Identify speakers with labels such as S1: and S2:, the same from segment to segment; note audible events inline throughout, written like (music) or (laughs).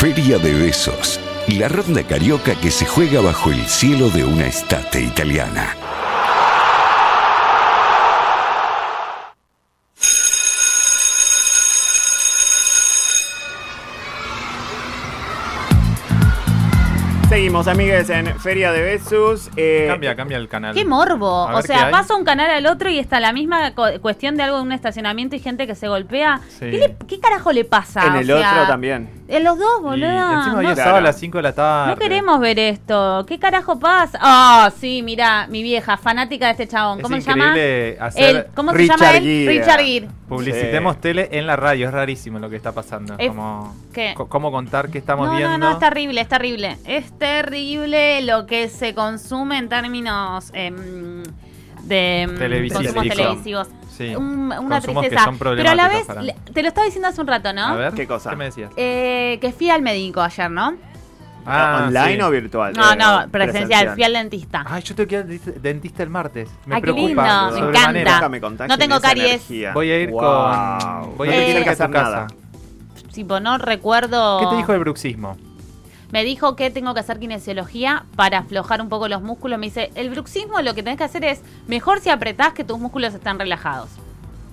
S1: Feria de Besos, la ronda carioca que se juega bajo el cielo de una estate italiana.
S2: Seguimos, amigues, en Feria de Besus. eh,
S3: Cambia, cambia el canal.
S4: Qué morbo.
S3: A ver
S4: O
S3: qué
S4: sea,
S3: hay.
S4: pasa un canal al otro y está la misma co- cuestión de algo de un estacionamiento y gente que se golpea.
S3: Sí.
S4: ¿Qué, le- qué carajo le pasa?
S2: En
S4: O
S2: el
S4: sea,
S2: otro también.
S4: En los dos,
S3: Y
S4: boludo.
S3: encima había
S4: No,
S3: estado a
S2: Claro.
S3: las 5 de la tarde.
S4: no queremos ver esto. ¿Qué carajo pasa? Ah, sí, mirá, mi vieja, fanática de este chabón.
S3: Es
S4: ¿Cómo se llama?
S3: increíble hacer.
S4: Él, ¿Cómo
S2: Richard
S4: se llama él?
S2: Gere.
S4: Richard Gere.
S3: Publicitemos
S2: Sí.
S3: tele en la radio, es rarísimo lo que está pasando.
S4: Es-
S3: como,
S4: ¿qué?
S3: co- cómo contar qué estamos
S4: No,
S3: viendo.
S4: no, no, es terrible, es terrible. Es terrible lo que se consume en términos em, de em,
S3: Televisivos.
S4: consumos televisivos.
S3: Sí.
S4: Un- una
S3: Consumos que
S4: tristeza.
S3: son
S4: Pero a la
S3: problemáticos
S4: vez,
S3: para-
S4: le- te lo estaba diciendo hace un rato, ¿no?
S3: A ver,
S2: ¿Qué cosa?
S3: ¿Qué me decías?
S4: Eh, que fui al médico ayer, ¿no?
S3: Eh,
S2: Ah, ¿Online
S3: Ah, sí.
S2: o virtual?
S4: No,
S2: Eh,
S4: no, presencial,
S2: presencial.
S4: fui al dentista.
S3: Ay, yo tengo que ir al dent- dentista el martes. Me
S4: Ay, Ah, qué
S3: preocupa.
S4: lindo, me
S3: sobremanera.
S4: encanta.
S2: Nunca me contagien
S4: No tengo
S2: esa
S4: caries.
S2: energía.
S3: Voy a ir
S2: Wow.
S3: con. Voy
S2: no
S3: a
S4: te
S3: ir
S2: tienes
S4: tiene
S3: cerca
S2: que
S3: de
S2: hacer
S3: tu casa.
S2: nada.
S4: Tipo, no recuerdo.
S3: ¿Qué te dijo el bruxismo?
S4: Me dijo que tengo que hacer kinesiología para aflojar un poco los músculos. Me dice, el bruxismo lo que tenés que hacer es mejor si apretás que tus músculos están relajados.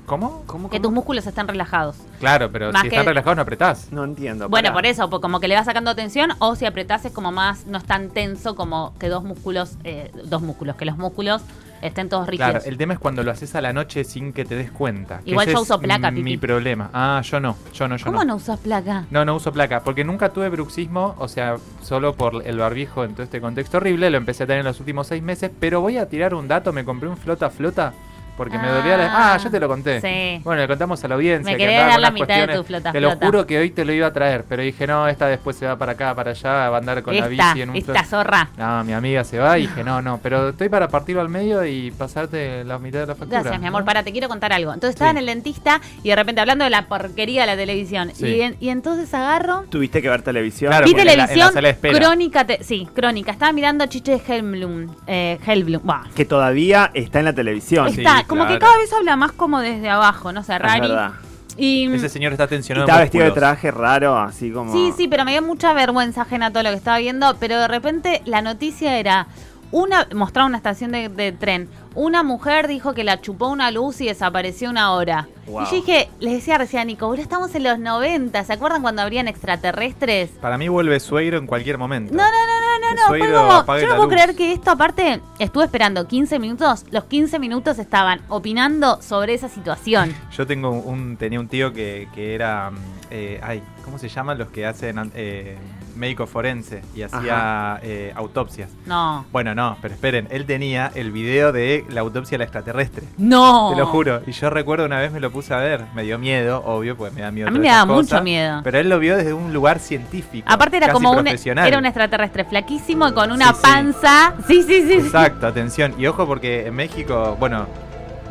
S3: ¿Cómo?
S4: Que tus músculos están relajados.
S3: Claro, pero
S4: Más
S3: si
S4: que-
S3: están relajados no apretás.
S2: No entiendo.
S4: Bueno,
S2: pará.
S4: por eso, po- como que le vas sacando tensión, o si apretás es como más, no es tan tenso como que dos músculos, eh, dos músculos, que los músculos estén todos rígidos.
S3: Claro, el tema es cuando lo haces a la noche sin que te des cuenta. que
S4: Igual
S3: ese
S4: yo
S3: es
S4: uso placa,
S3: Mi
S4: Pipi.
S3: problema. Ah, yo no, yo no, yo
S4: ¿Cómo no usas placa?
S3: No, no uso placa, porque nunca tuve bruxismo, o sea, solo por el barbijo en todo este contexto horrible, lo empecé a tener en los últimos seis meses, pero voy a tirar un dato, me compré un flota flota, porque me
S4: Ah,
S3: dolía la... Ah, ya te lo conté.
S4: sí.
S3: Bueno, le contamos a la audiencia.
S4: Me
S3: que
S4: querés
S3: andaba
S4: dar
S3: con
S4: la
S3: unas
S4: mitad de tu
S3: cuestiones-
S4: flota
S3: Te lo
S4: flota.
S3: juro que hoy te lo iba a traer, pero dije, no, esta después se va para acá, para allá, va a andar con la
S4: esta,
S3: bici en un...
S4: esta
S3: flota-
S4: zorra.
S3: No, Ah, mi amiga se va y dije, no, no, pero estoy para partirlo al medio y pasarte la mitad de la factura.
S4: Gracias, mi
S3: ¿no?
S4: amor. Para, te quiero contar algo. Entonces estaba en
S3: Sí.
S4: el dentista y de repente hablando de la porquería de la televisión.
S3: Sí.
S4: Y, en- y entonces agarro.
S2: ¿Tuviste que ver televisión?
S3: Claro.
S4: Vi
S3: porque en la- en la
S4: televisión,
S3: sala de espera.
S4: crónica, te- sí, crónica. Estaba mirando Chiche de Helmblum. Eh, Helmblum. Buah.
S2: Que todavía está en la televisión.
S3: Sí,
S4: Está, como que
S3: claro. Ah,
S4: cada vez habla más como desde abajo, no sé,
S2: Es
S4: Rari.
S2: verdad.
S4: Y,
S3: Ese señor está
S2: Mm. Y
S3: tensionado. en
S2: estaba vestido de
S3: músculos.
S2: traje raro, así como.
S4: Sí, sí, pero me dio mucha vergüenza ajena todo lo que estaba viendo. Pero de repente la noticia era una mostraba una estación de, de tren. Una mujer dijo que la chupó una luz y desapareció una hora.
S2: Wow.
S4: Y yo dije, les decía recién a Nico, boludo, estamos en los 90. ¿Se acuerdan cuando habrían extraterrestres?
S3: Para mí vuelve suegro en cualquier momento.
S4: No, no, no, no, no, no.
S3: Eso
S4: Fue
S3: iba,
S4: como,
S3: apague
S4: yo
S3: la
S4: no puedo
S3: luz.
S4: creer que esto, aparte, estuve esperando 15 minutos. Los 15 minutos estaban opinando sobre esa situación.
S3: Yo tengo un, tenía un tío que, que era, mm, eh, ay, ¿cómo se llaman los que hacen an- eh, médico forense y hacía eh, autopsias?
S4: No.
S3: Bueno, no, pero esperen, él tenía el video de la autopsia de la extraterrestre.
S4: No.
S3: Te lo juro. Y yo recuerdo una vez me lo puse a ver. Me dio miedo, obvio, porque me da miedo.
S4: A mí
S3: todas
S4: me
S3: esas
S4: daba mucho
S3: cosas.
S4: miedo.
S3: Pero él lo vio desde un lugar científico.
S4: Aparte era
S3: casi
S4: como un
S3: profesional.
S4: era un extraterrestre flaquísimo y con una
S3: Sí, sí.
S4: panza. Sí, sí, sí. sí.
S3: Exacto, atención. Y ojo porque en México, bueno,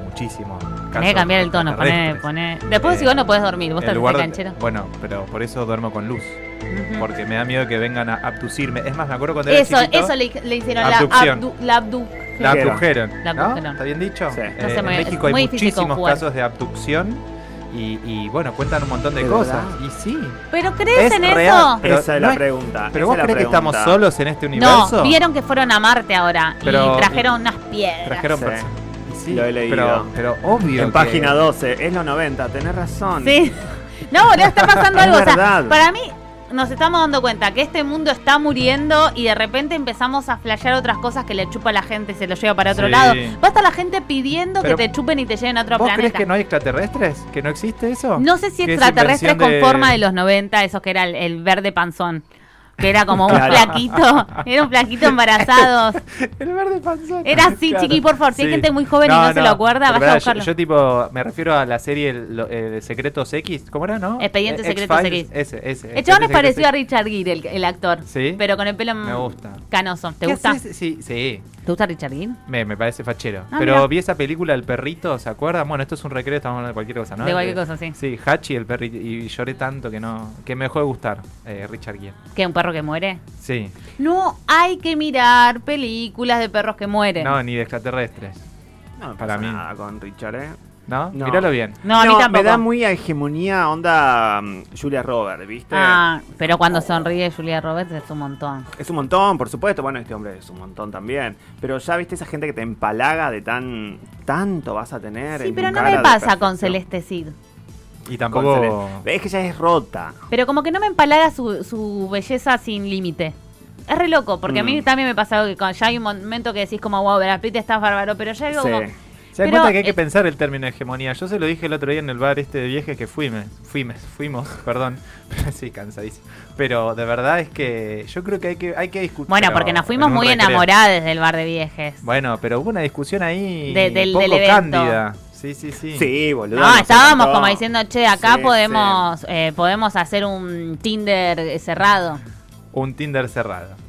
S3: muchísimo.
S4: Tenés que cambiar el tono, poné,
S3: extraterrestres.
S4: poné. Después
S3: Eh,
S4: si vos no podés dormir, vos estás
S3: En
S4: este
S3: lugar de-
S4: canchero.
S3: Bueno, pero por eso duermo con luz.
S4: Ujú.
S3: Porque me da miedo que vengan a abducirme. Es más, me acuerdo cuando era
S4: Eso,
S3: chiquito,
S4: eso le, le hicieron la
S3: Abducción.
S4: abdu, la abdu-
S3: la abdujeron.
S4: La
S3: ¿no?
S4: abdujeron.
S3: ¿Está bien dicho?
S2: Sí.
S3: Eh,
S4: No sé,
S3: en
S4: me- es
S3: México hay
S4: muy difícil
S3: muchísimos
S4: conjugar.
S3: casos de abducción y, y, bueno, cuentan un montón de
S2: ¿De
S3: cosas.
S2: verdad?
S3: Y sí.
S4: Pero crees
S3: Es
S4: en
S3: real.
S4: eso?
S3: Pero
S2: Esa es
S3: no
S2: la
S3: es-
S2: pregunta.
S3: Pero
S2: esa
S3: vos
S2: es la
S3: crees que estamos
S2: pregunta.
S3: solos en este universo.
S4: No, vieron que fueron a Marte ahora
S3: Pero-
S4: y trajeron unas piedras.
S3: Trajeron
S2: Sí.
S3: personas. Y sí,
S2: Lo he leído.
S3: Pero, pero obvio.
S2: En
S3: que-
S2: página 12, es los 90, tenés razón.
S4: Sí. No, boludo, está pasando
S3: (laughs)
S2: Es
S4: algo. O sea,
S2: verdad.
S4: para mí nos estamos dando cuenta que este mundo está muriendo y de repente empezamos a flashear otras cosas que le chupa a la gente y se lo lleva para otro
S3: Sí.
S4: lado. Va a estar la gente pidiendo
S3: Pero,
S4: que te chupen y te lleven a otro
S3: ¿Vos crees
S4: planeta.
S3: que no hay extraterrestres? ¿Que no existe eso?
S4: No sé si
S3: Que es
S4: extraterrestres
S3: invención
S4: con
S3: de-
S4: forma de los 90, esos que era el, el verde panzón. Que era
S3: (laughs)
S4: como un
S2: Claro.
S4: flaquito, era un flaquito embarazado.
S3: (laughs) El verde panzón.
S4: Era así, chiqui, por favor. Si hay gente muy joven y no se lo acuerda,
S3: pero
S4: vaya a
S3: pará,
S4: buscarlo.
S3: Yo, yo tipo, me refiero a la serie lo- eh, Secretos X. ¿Cómo era, no?
S4: Expediente
S3: Eh,
S4: Secretos
S3: X-Files,
S4: X.
S3: Ese, ese.
S4: El chabón
S3: Expediente
S4: es parecido a
S3: Secretos
S4: Richard Gere, el, el actor.
S3: Sí.
S4: Pero con el pelo
S3: X. Me gusta.
S4: canoso. ¿Te
S3: ¿Qué
S4: gusta?
S3: haces? Sí, sí.
S4: ¿Te gusta Richard Gere?
S3: Me, me parece fachero.
S4: Ah,
S3: pero
S4: mirá.
S3: vi esa película El Perrito, ¿se acuerdan? Bueno, esto es un recreo, estamos hablando de cualquier cosa, ¿no?
S4: De cualquier
S3: Eh,
S4: cosa, sí.
S3: Sí, Hachi, el perrito. Y lloré tanto que no. Que me dejó de gustar, eh, Richard Gere.
S4: ¿Qué? ¿Un perro que muere?
S3: Sí.
S4: No hay que mirar películas de perros que mueren.
S3: No, ni de extraterrestres.
S2: No me
S3: Para
S2: pasa
S3: mí.
S2: nada con Richard, ¿eh?
S3: ¿no?
S2: No.
S3: Míralo bien.
S4: No, a mí tampoco.
S2: me da muy a hegemonía onda mm, Julia Roberts, ¿viste?
S4: Ah, pero cuando sonríe Julia Roberts es un montón.
S2: Es un montón, por supuesto. Bueno, este hombre es un montón también. Pero ya viste esa gente que te empalaga de tan. tanto vas a tener.
S4: Sí,
S2: en
S4: pero
S2: tu
S4: no
S2: cara
S4: me
S2: de
S4: pasa con
S2: perfección.
S4: Celeste Cid.
S3: Y
S2: Con
S3: tampoco.
S2: Celeste. Es que ya es rota.
S4: Pero como que no me empalaga su, su belleza sin límite. Es re loco, porque a mí
S2: Mm.
S4: también me pasa algo que con- ya hay un momento que decís como, wow, Brad Pitt está bárbaro, pero ya hay
S2: Sí.
S4: como...
S3: Se
S4: Pero,
S3: dan cuenta que hay que
S4: eh,
S3: pensar el término hegemonía. Yo se lo dije el otro día en el bar este de viaje que fuimos, fuimos, fuimos, (laughs) perdón. sí, cansadísimo. Pero de verdad es que yo creo que hay que, hay que discutir.
S4: Bueno,
S3: pero
S4: porque nos fuimos
S3: en un
S4: muy
S3: recreo.
S4: enamoradas del bar de viejes.
S3: Bueno, pero hubo una discusión ahí
S4: De- del-
S3: poco
S4: del evento.
S3: cándida. Sí, sí, sí.
S2: Sí, boludo.
S4: no,
S2: nos
S4: Ah, estábamos
S2: encantó.
S4: como diciendo, che, acá
S2: Sí,
S4: podemos eh, podemos hacer un Tinder eh, cerrado.
S3: Un Tinder cerrado.
S2: sí.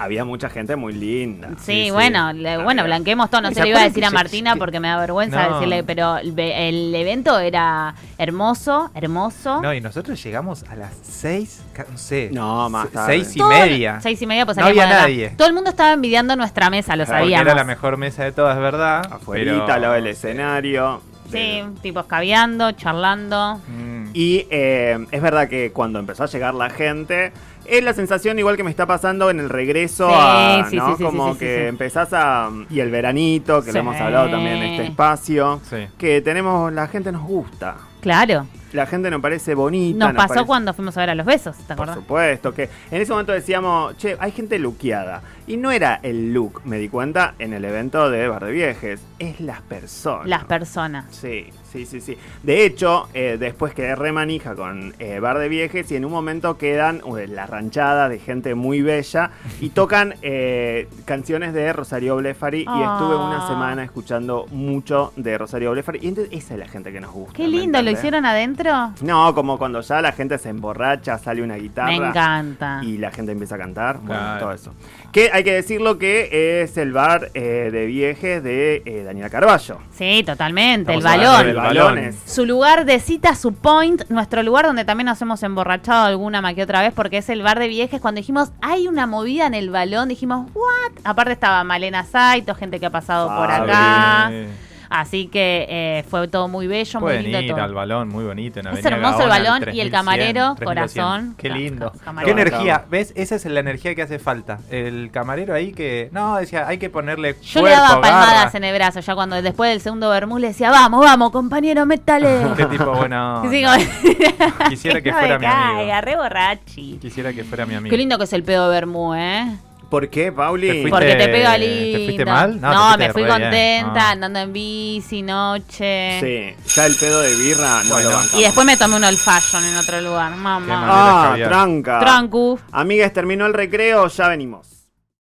S2: Había mucha gente muy linda.
S4: Sí,
S3: sí.
S4: bueno, le-
S2: Ah, mira.
S4: bueno, blanqueemos todo. No
S3: ¿Y
S4: se
S3: se
S4: lo iba a
S3: acuerdan
S4: decir
S3: que
S4: a
S3: se-
S4: Martina
S3: que-
S4: porque me da vergüenza
S3: No.
S4: decirle, pero el, ve- el evento era hermoso, hermoso.
S3: No, y nosotros llegamos a las seis, ca- no sé.
S2: No, más
S3: se-
S2: tarde.
S3: Seis y
S4: Todo-
S3: media.
S4: Seis y media, pues
S3: No
S4: salíamos
S3: había
S4: de acá.
S3: nadie. Ah,
S4: Todo el mundo estaba envidiando nuestra mesa, lo
S3: Porque
S4: sabíamos.
S3: era la mejor mesa de todas, ¿verdad?
S2: Afuerita,
S3: Pero-
S2: al lado del escenario.
S4: Sí, tipos caviando, charlando.
S3: Mm.
S2: Y eh, es verdad que cuando empezó a llegar la gente, es la sensación igual que me está pasando en el regreso
S4: Sí,
S2: a,
S4: sí,
S2: ¿no?
S4: sí, sí,
S2: Como
S4: sí, sí,
S2: que
S4: sí.
S2: empezás a... Y el veranito, que
S4: Sí.
S2: lo hemos hablado también en este espacio.
S3: Sí.
S2: Que tenemos... La gente nos gusta.
S4: Claro.
S2: La gente nos parece bonita.
S4: Nos pasó
S2: parece-
S4: cuando fuimos a ver a los besos, ¿te
S2: Por
S4: acordás?
S2: supuesto, que en ese momento decíamos, che, hay gente luqueada. Y no era el look, me di cuenta, en el evento de Bar de Viejes. Es las personas.
S4: Las personas.
S2: Sí, sí, sí, sí. De hecho, eh, después quedé remanija con eh, Bar de Viejes y en un momento quedan uh, la ranchada de gente muy bella
S4: (laughs)
S2: y tocan eh, canciones de Rosario Blefari y
S4: Ah.
S2: estuve una semana escuchando mucho de Rosario Blefari y entonces esa es la gente que nos gusta.
S4: Qué
S2: ¿me
S4: lindo, ¿lo
S2: entendés?
S4: hicieron adentro?
S2: No, como cuando ya la gente se emborracha, sale una guitarra.
S4: Me encanta.
S2: Y la gente empieza a cantar, bueno,
S3: Claro.
S2: todo eso. Que hay que decirlo que es el bar eh, de viejes de eh, Daniela Carballo.
S4: Sí, totalmente,
S3: Estamos
S4: el
S3: hablando
S4: balón.
S3: del
S2: El
S3: balón.
S2: balón es-
S4: Su lugar de cita, su point, nuestro lugar donde también nos hemos emborrachado alguna más que otra vez, porque es el bar de viejes. Cuando dijimos, hay una movida en el balón, dijimos, ¿what? Aparte estaba Malena Saito, gente que ha pasado
S3: Ah,
S4: por
S2: Fabri.
S4: acá.
S3: Sí.
S4: Así que eh, fue todo muy bello, muy
S3: Pueden
S4: lindo
S3: ir
S4: todo.
S3: al balón, muy bonito. En
S4: Es
S3: Avenida
S4: hermoso el
S3: Gaona,
S4: balón y el
S3: 3100,
S4: camarero,
S3: 3200.
S4: corazón.
S3: Qué
S4: Ca-
S3: lindo.
S4: ca-
S3: Qué
S4: camarero.
S3: energía, ¿ves? Esa es la energía que hace falta. El camarero ahí que. No, decía, hay que ponerle.
S4: Yo le
S3: cuerpo,
S4: daba palmadas
S3: garra. (laughs)
S4: en el brazo, ya cuando después del segundo Bermúdez le decía, vamos, vamos, compañero, métale.
S3: (laughs) Qué Este
S4: (laughs)
S3: tipo bueno.
S4: Y sí, como-
S3: Quisiera que
S4: no me
S3: fuera mi amigo.
S4: caiga, re borrachi.
S3: Quisiera que fuera mi amigo.
S4: Qué lindo que es el pedo de Bermú, ¿eh?
S2: ¿Por qué, Pauli?
S3: ¿Te fuiste?
S4: Porque te pega
S3: ¿te
S4: lindo.
S3: fuiste mal? No,
S4: No,
S3: te fuiste
S4: me fui
S3: re bien.
S4: contenta,
S3: Ah.
S4: andando en bici, noche.
S2: Sí, ya el pedo de birra no lo
S3: Bueno.
S4: Y
S2: bancamos.
S4: después me tomé un old fashion en otro lugar,
S3: Qué
S4: mamá.
S3: manera,
S2: Ah,
S3: Javier.
S2: tranca.
S4: Trancu.
S2: Amigas, terminó el recreo, ya venimos.